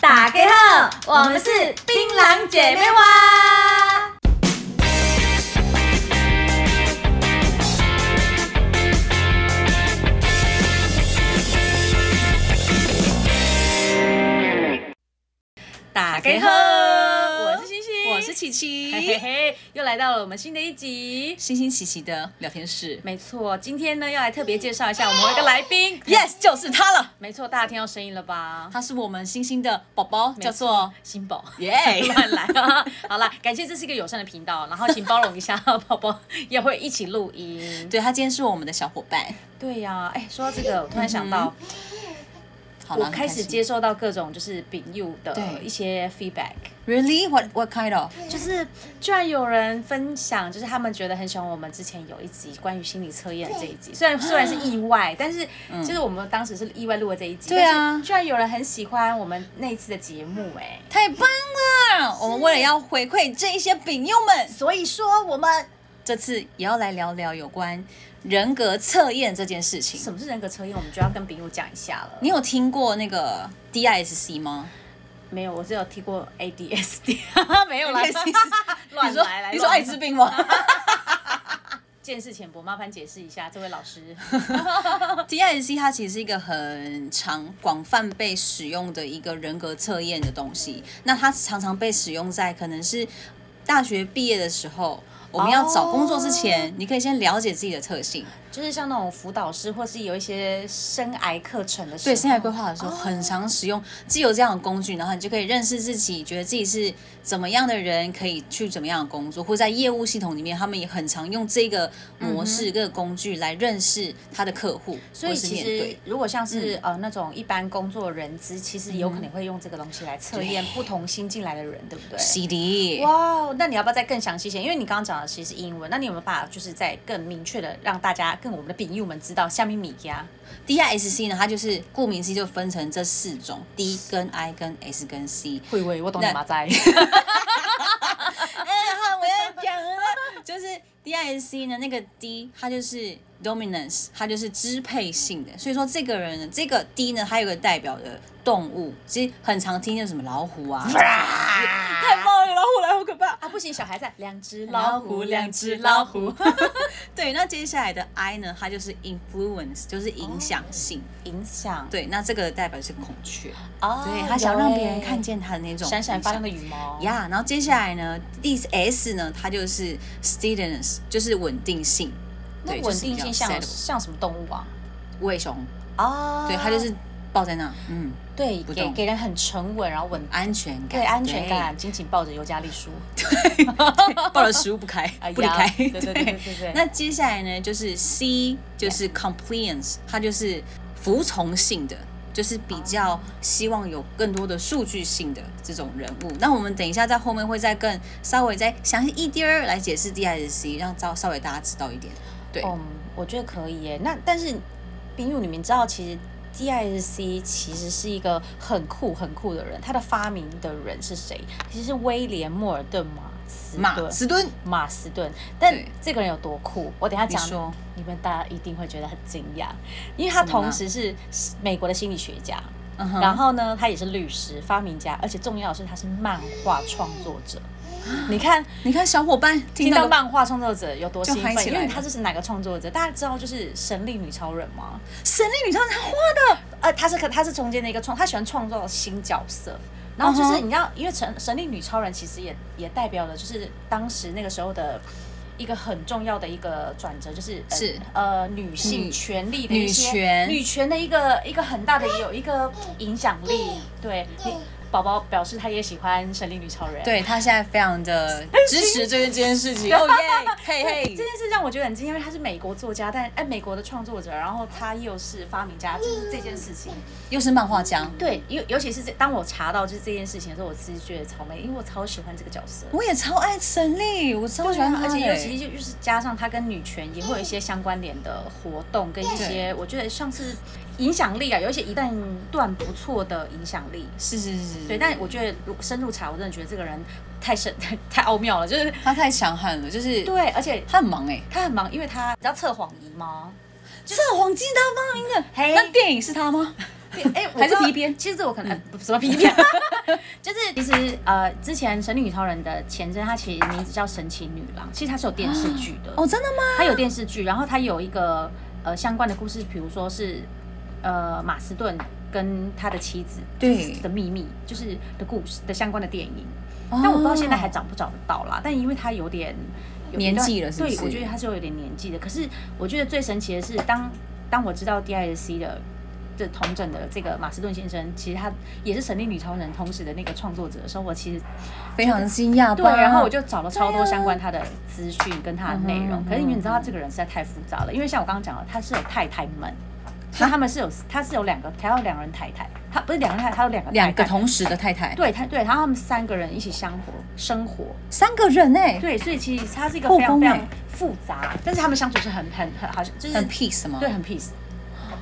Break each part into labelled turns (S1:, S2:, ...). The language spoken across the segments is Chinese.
S1: 打给后，我们是槟榔姐妹花。打给后，
S2: 我是
S1: 星
S2: 星星，
S1: 我是琪琪，
S2: 嘿嘿嘿，又来到了我们新的一集。
S1: 星星琪琪的聊天室。
S2: 没错，今天呢要来特别介绍一下我们有一个来宾。
S1: Yes，就是他了，
S2: 没错，大家听到声音了吧？
S1: 他是我们星星的宝宝，
S2: 没
S1: 叫
S2: 错
S1: 做
S2: 新宝。
S1: 耶。
S2: 乱来啊！好啦，感谢这是一个友善的频道，然后请包容一下，宝宝也会一起录音。
S1: 对他今天是我们的小伙伴。嗯
S2: 对呀、哎、说到这个，我啊突然想到，
S1: 好了，
S2: 我开
S1: 很开
S2: 始
S1: 心
S2: 接受到各种就是丙友的
S1: 对
S2: 一些 feedback，
S1: Really? What what kind of?
S2: 就是居然有人分享，就是他们觉得很喜欢我们之前有一集关于心理测验的这一集，虽然虽然是意 外，但是就是我们当时是意外录了这一集，
S1: 对啊
S2: 但是居然有人很喜欢我们那一次的节目、哎，
S1: 太棒了！我们为了要回馈这一些饼友们，
S2: 所以说我们
S1: 这次也要来聊聊有关人格测验这件事情。
S2: 什么是人格测验，我们就要跟丙友讲一下了。
S1: 你有听过那个 DISC 吗？
S2: 没有，我只有提过 ADSD，没 有啦
S1: ADSD，
S2: 乱
S1: 你说
S2: 来来。
S1: 你说
S2: 乱
S1: 艾滋病吗？
S2: 见识浅薄，麻烦解释一下，这位老师。
S1: DISC 它其实是一个很常广泛被使用的一个人格测验的东西，那它常常被使用在可能是大学毕业的时候，我们要找工作之前你可以先了解自己的特性。
S2: 就是像那种辅导师，或是有一些生癌课程的时候，
S1: 对生涯规划的时候，很常使用哦既有这样的工具，然后你就可以认识自己，觉得自己是怎么样的人，可以去怎么样的工作，或在业务系统里面，他们也很常用这个模式、这个工具来认识他的客户，
S2: 所以
S1: 或是
S2: 其
S1: 面对嗯
S2: 实。如果像是、呃那种一般工作人资，其实有可能会用这个东西来测验不同新进来的人，对不对？
S1: CD
S2: 哇哦，那你要不要再更详细一些？因为你刚刚讲的其实是英文，那你有没有办法就是再更明确的让大家跟我们的笔友们知道下面米家
S1: DISC 呢，它就是顾名思义就分成这四种 D 跟 I 跟 S 跟 C。
S2: 会会，我懂
S1: 你
S2: 你
S1: 妈
S2: 妈在。
S1: 哎，好，我要讲了，就是 DISC 呢，那个 D 它就是 dominance，它就是支配性的，所以说这个人呢，这个 D 呢，它有个代表的动物，其实很常听见什么老虎啊， 太棒了，老虎来好可怕。
S2: 啊，不行，小孩在，两只
S1: 老
S2: 老
S1: 虎，
S2: 虎，
S1: 两
S2: 两
S1: 只
S2: 只
S1: 老
S2: 老
S1: 虎
S2: 虎。。
S1: 对，那接下来的 I 呢，它就是 influence，就是影响性。
S2: 影响，
S1: 对，那这个代表是孔雀，
S2: 哦欸
S1: 对，它想让别人看见它的那种
S2: 闪闪
S1: 影
S2: 发
S1: 响
S2: 亮的羽毛。
S1: 呀然后接下来呢，第 S 呢，它就是 steadiness，就是稳定性。
S2: 那
S1: 对
S2: 稳定性像
S1: 就是比较 settle
S2: 像什么动物啊？
S1: 无尾熊，
S2: 啊
S1: 对，它就是抱在那，嗯，
S2: 对
S1: 不
S2: 给
S1: 动
S2: 给人很沉稳，然后稳
S1: 安全感，
S2: 对安全感，紧紧抱着尤加利树，
S1: 对， 抱了食物不开
S2: 哎，呀
S1: 不离 开，
S2: 对对对对对对
S1: 那接下来呢，就是 C，就是 compliance，它就是服从性的。就是比较希望有更多的数据性的这种人物，那我们等一下在后面会再更稍微再详细一点儿来解释 DISC，让稍稍微大家知道一点。对，
S2: 嗯，我觉得可以耶。那但是，冰玉，你们知道其实 DISC 其实是一个很酷很酷的人，他的发明的人是谁？其实是威廉莫尔顿马斯
S1: 马
S2: 顿。
S1: 斯顿，
S2: 马斯顿，但
S1: 对
S2: 这个人有多酷？我等一下
S1: 你说
S2: 讲，你们大家一定会觉得很惊讶，因为他
S1: 怎么了
S2: 同时是美国的心理学家，
S1: 嗯哼
S2: 然后呢，他也是律师、发明家，而且重要的是他是漫画创作者。你看，
S1: 你看小伙伴啊听
S2: 听到
S1: 到
S2: 漫画创作者有多兴
S1: 就嗨
S2: 奋，
S1: 起
S2: 因
S1: 来
S2: 为
S1: 了
S2: 他这是哪个创作者？大家知道就是《神力女超人》吗？
S1: 神力女超人她画
S2: 呃，他是可他是中间的一个创，他喜欢创造新角色。然后
S1: 嗯
S2: 就是你知道，因为神神力女超人其实也也代表了，就是当时那个时候的一个很重要的一个转折，就是呃
S1: 是
S2: 呃女性
S1: 女
S2: 权利的
S1: 女
S2: 一些
S1: 权
S2: 女权的一个一个很大的有一个影响力。对，你宝宝表示他也喜欢神力女超人。
S1: 对他现在非常 的支持这件事情。哦耶，嘿嘿
S2: 这，件事让我觉得很惊讶，因为他是美国作家，但哎、美国的创作者，然后他又是发明家，就是这件事情。
S1: 又是漫画家。
S2: 对，尤尤其是这当我查到就是这件事情的时候，我其实觉得超美，因为我超喜欢这个角色。
S1: 我也超爱神力，我超喜欢欸
S2: 对啊
S1: 她的，
S2: 而且尤其就就是加上它跟女权也会有一些相关联的活动，跟一些我觉得像是影响力啊，有一些一旦段不错的影响力。
S1: 是是是是，
S2: 对，但我觉得如深入查，我真的觉得这个人太深 太太奥妙了，就是
S1: 他太强悍了，就是
S2: 对，而且
S1: 他很忙哎。
S2: 他很忙，因为他你知道测谎仪吗？
S1: 测谎机是他发明的，
S2: 嘿
S1: 那电影是他吗？
S2: 哎，我
S1: 还是
S2: 知道
S1: 皮嗯鞭
S2: 其实我可能、呃什么皮 鞭， 就是其实呃，之前《神力女超人》的前身，它其实名字叫《神奇女郎》，其实它是有电视剧的，
S1: 哦，真的吗？
S2: 它有电视剧，然后它有一个呃相关的故事，比如说是呃马斯顿跟他的妻子
S1: 对
S2: 就是的秘密，就是的故事的相关的电影。但哦我不知
S1: 哦
S2: 道现在还找不找得到啦。但因为他有点有
S1: 年纪了是不是
S2: 对，我觉得他是有点年纪的。可是我觉得最神奇的是，当当我知道 DISC 的这同整的这个马斯顿先生，其实他也是《神力女超人》同时的那个创作者的时候，我其实
S1: 非常惊讶吧。
S2: 对，啊然后我就找了超多相关他的资讯跟他的内容。
S1: 嗯哼
S2: 可是因为你知道他这个人实在太复杂了，因为像我刚刚讲的，他是有太太们，所以他们是有他是有两个，他有两人太太，他不是两个太太，他有两个
S1: 两
S2: 太
S1: 个
S2: 太
S1: 同时的太太，
S2: 对，他对，然后他们三个人一起相活生活，
S1: 三个人哎、
S2: 对，所以其实它是一个
S1: 后
S2: 非常
S1: 宫
S2: 非常
S1: 欸
S2: 复杂，但是他们相处是很很很好像就是
S1: 很 peace 吗？
S2: 对，很 peace，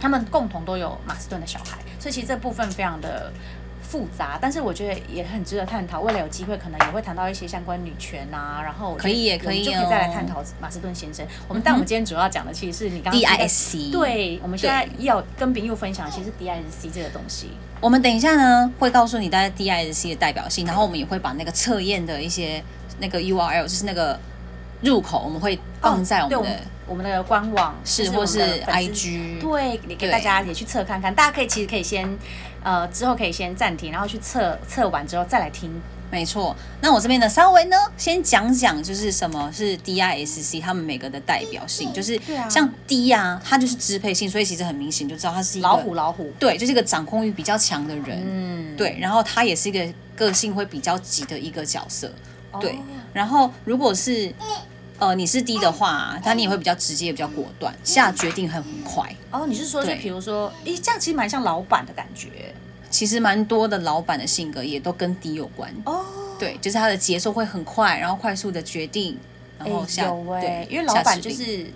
S2: 他们共同都有马斯顿的小孩，所以其实这部分非常的复杂，但是我觉得也很值得探讨。未来有机会可能也会谈到一些相关女权啊，然后我觉
S1: 可
S2: 得
S1: 以耶
S2: 我
S1: 可
S2: 们
S1: 以
S2: 就可以再来
S1: 哦嗯
S2: 探讨马斯顿先生。我们但我们今天主要讲的其实是你刚刚提到
S1: DISC
S2: 对，我们现
S1: E 对
S2: 在要跟朋友分享，其实 DISC E 这个东西。
S1: 我们等一下呢会告诉你大家 DISC 的代表性，然后我们也会把那个测验的一些那个 URL，就是那个入口，我们会放在我
S2: 哦对
S1: 们的、
S2: 我们的官网，
S1: 是
S2: 就
S1: 或
S2: 是
S1: 是
S2: 我们的粉丝
S1: IG
S2: 对，你给
S1: 对
S2: 大家也去测看看。大家可以其实可以先，呃，之后可以先暂停，然后去测测完之后再来听。
S1: 没错。那我这边呢，稍微呢先讲讲就是什么是 DISC，他们每个的代表性，就是
S2: 对啊
S1: 像 D 啊，它就是支配性，所以其实很明显就知道它是一个
S2: 老虎，老虎，
S1: 对，就是一个掌控欲比较强的人。
S2: 嗯，
S1: 对，然后他也是一个个性会比较急的一个角色，
S2: 哦
S1: 对。然后如果是呃你是 D 的话，但你也会比较直接，比较果断，下决定很很快。
S2: 哦，你是说就
S1: 对
S2: 比如说，诶，这样其实蛮像老板的感觉
S1: 其实蛮多的老板的性格也都跟 D 有关，
S2: 哦。
S1: 对，就是他的节奏会很快，然后快速的决定，然后
S2: 诶
S1: 哦下、
S2: 有哎
S1: 对，，
S2: 因为
S1: 下
S2: 老板
S1: 指
S2: 就
S1: 令
S2: 是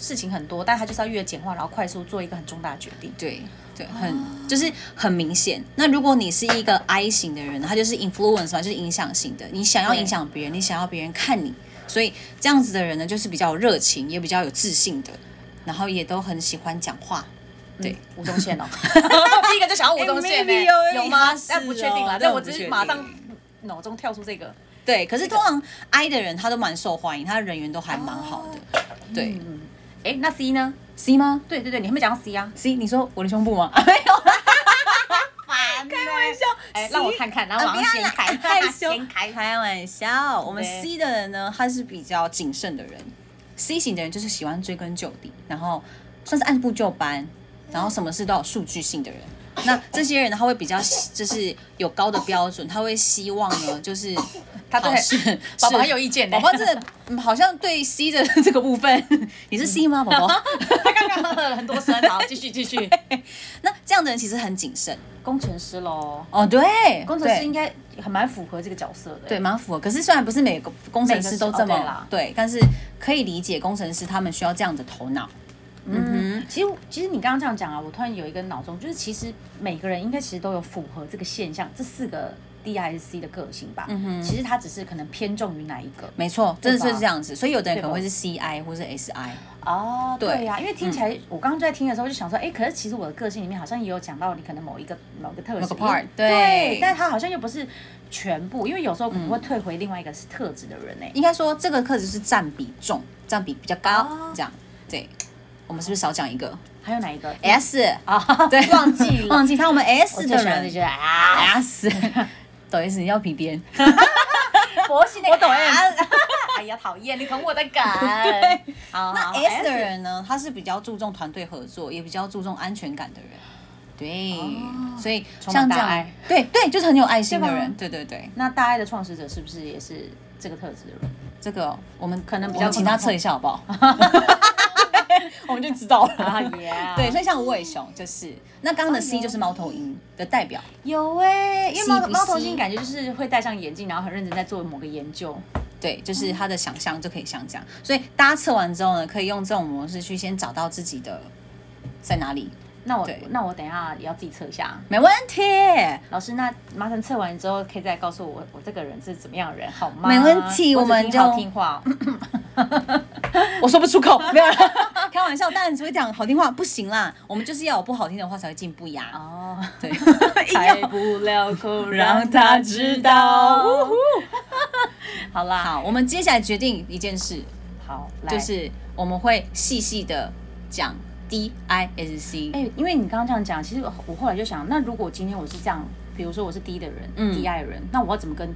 S2: 事情很多，但他就是要越简化，然后快速做一个很重大的决定。
S1: 对对，很就是很明显。那如果你是一个 I 型的人，他就是 influence 嘛，就是影响型的。你想要
S2: 对
S1: 影响别人，你想要别人看你，所以这样子的人呢，就是比较有热情，也比较有自信的，然后也都很喜欢讲话。对
S2: 嗯，吴 宗宪哦，第一个就想要吴宗宪
S1: maybe
S2: 欸
S1: 有
S2: 有吗
S1: 一点？
S2: 但不
S1: 是
S2: 确定
S1: 哦
S2: 啦，
S1: 但
S2: 但
S1: 我
S2: 我
S1: 不
S2: 只
S1: 确
S2: 是马上
S1: 定
S2: 脑中跳出这个。
S1: 对，可是通常 I 的人他都蛮受欢迎，他的人缘都还蛮好的。对
S2: 嗯，哎，那 C 呢？
S1: ，C 吗
S2: 对对对，你还没讲到 C 啊？
S1: ？C，你说我的胸部 吗？没有啦，
S2: 烦，开玩笑，哎，
S1: C
S2: 让我看看，然后
S1: 啊
S2: 马
S1: 不
S2: 上
S1: 要
S2: 掀
S1: 啦
S2: 开，
S1: 害羞
S2: 掀，开。
S1: 开玩笑。我们
S2: 对
S1: C 的人呢，他是比较谨慎的人，C 型的人就是喜欢追根究底，然后算是按部就班，然后什么事都有数据性的人。那这些人呢他会比较希就是有高的标准，他会希望呢，就是
S2: 他对
S1: 考试
S2: 宝宝
S1: 是
S2: 很有 意 见呢
S1: 宝宝真的嗯好像对 C 的这个部分，你是 C 吗，宝 宝？
S2: 他刚刚喝了很多声，好，继续继 续。
S1: 那这样的人其实很谨慎
S2: 工程师喽，
S1: 哦，对，
S2: 工程师
S1: 对
S2: 应该很蛮符合这个角色的。
S1: 对，，蛮符合。可是虽然不是每个工程师都这
S2: 每个
S1: 么
S2: 是哦对啦
S1: 对，但是可以理解工程师他们需要这样的头脑。
S2: 嗯，其实其实你刚刚这样讲啊，我突然有一个脑中，就是其实每个人应该其实都有符合这个现象，这四个 DISC 的个性吧。嗯哼，其实他只是可能偏重于哪一个。
S1: 没错，真的
S2: 对吧
S1: 是这样子。所以有的人可能会
S2: 对
S1: 是 CI 或是 SI。
S2: 哦，
S1: 对
S2: 对呀、嗯因为听起来、我刚刚就在听的时候就想说，哎，可是其实我的个性里面好像也有讲到你可能某一个某个特质
S1: 某个 part，
S2: 因为
S1: 对
S2: 对，但它好像又不是全部，因为有时候可能会退回另外一个是特质的人呢、
S1: 应该说这个课只是占比重，占比比较高，
S2: 哦
S1: 这样。对，我们是不是少讲一个
S2: 还有哪一个
S1: S？
S2: 啊？
S1: 对，
S2: 忘记了。
S1: 哦 忘记他我们
S2: 我
S1: S
S2: 最
S1: 的
S2: 喜欢的
S1: 人
S2: 就是啊，
S1: S。抖 S 你要皮鞭，
S2: 佛系那个
S1: 我懂
S2: S，哎 呀，讨厌，你捧我的 梗。
S1: 对，
S2: 好
S1: 那
S2: 好
S1: S 的人呢，他是比较注重团队合作，也比较注重安全感的人。对，
S2: 哦
S1: 所以
S2: 充满
S1: 像这
S2: 大
S1: 样
S2: 爱，
S1: 对对，就是很有爱心的
S2: 对吧
S1: 人。对对对，
S2: 那大爱的创始者是不是也是这个特质的人？
S1: 这个我们
S2: 可能比
S1: 我
S2: 较
S1: 们请他
S2: 不能
S1: 测一下好不好？ 我们就知道
S2: 啊哦
S1: 了。
S2: 耶！
S1: 对，，所以像无尾熊就是，那刚刚的 C 就是猫头鹰的代表，
S2: 有哎、因为猫
S1: C 不
S2: 猫头
S1: C
S2: 鹰感觉就是会戴上眼镜，然后很认真在做某个研究。
S1: 对，
S2: 哦
S1: 就是他的想象就可以像这样。所以大家测完之后呢，可以用这种模式去先找到自己的在哪里，
S2: 那我
S1: 对
S2: 那我等一下也要自己测一下。
S1: 没问题，
S2: 老师，那麻烦测完之后，可以再告诉我我这个人是怎么样的人，好吗？
S1: 没问题
S2: 我只
S1: 我们
S2: 听好
S1: 就
S2: 听话。
S1: 我说不出口，没有啦，开开玩笑，当然只会讲好听话，不行啦，我们就是要有不好听的话才会进步呀。
S2: 哦，
S1: 对，
S2: 开不了口
S1: 让他知道。
S2: 呜呼 好啦，
S1: 好，我们接下来决定一件事，
S2: 好，来
S1: 就是我们会细细的讲 D I S C。
S2: 哎、因为你刚刚这样讲，其实我后来就想，那如果今天我是这样，比如说我是低的人、
S1: 嗯
S2: 低矮的人，那我要怎么跟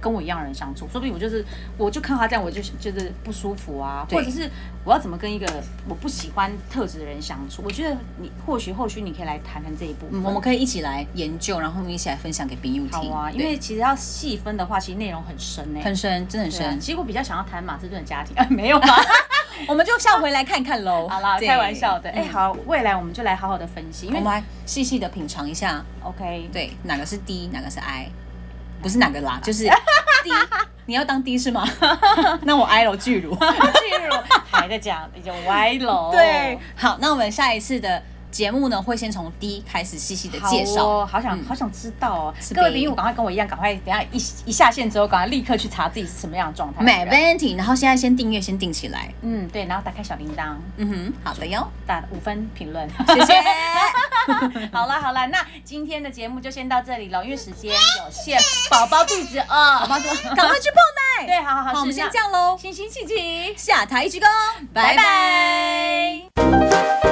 S2: 跟我一样的人相处？说不定我就是，我就看他这样，我就觉得不舒服啊，
S1: 对
S2: 或者是我要怎么跟一个我不喜欢特质的人相处？我觉得你或许后续你可以来谈谈这一部分。
S1: 嗯，我们可以一起来研究，然后我们一起来分享给朋友听。
S2: 好啊，因为其实要细分的话，其实内容很深呢、
S1: 对很深，真的很
S2: 对啊
S1: 深。
S2: 其实我比较想要谈马斯顿的家庭，啊、 没有啊。
S1: 我们就下回来看看喽。
S2: 好啦，
S1: 对
S2: 开玩笑的。哎、
S1: 嗯
S2: 好，未来我们就来好好的分析，因
S1: 我
S2: 为
S1: 们来细细的品尝一下，
S2: OK，
S1: 对，哪个是 D，哪个是 I，不是哪个啦，就是 D。你要当 D 是吗？ 那我 I 了巨乳。
S2: 进入还在讲已经歪 楼。
S1: 对，好，那我们下一次的节目呢，会先从 D 开始细细的介绍。
S2: 好哦，好想、
S1: 嗯
S2: 好想知道哦
S1: 是。
S2: 各位
S1: 呗
S2: 朋友，赶快跟我一样，赶快等一下一一下线之后，赶快立刻去查自己是什么样的状态。
S1: 没问题，然后现在先订阅，先订起来。
S2: 嗯，对，然后打开小铃铛，
S1: 嗯哼，好的哟，
S2: 打五分评 论。
S1: 谢谢。
S2: 好了好了，那今天的节目就先到这里了，因为时间有限，宝宝肚子饿，宝宝肚
S1: 赶快去泡奶。
S2: 对，好好好，
S1: 好，我们
S2: 是
S1: 先这，样喽，
S2: 星星琪琪，
S1: 下台一鞠躬，拜
S2: 拜
S1: 拜
S2: 拜。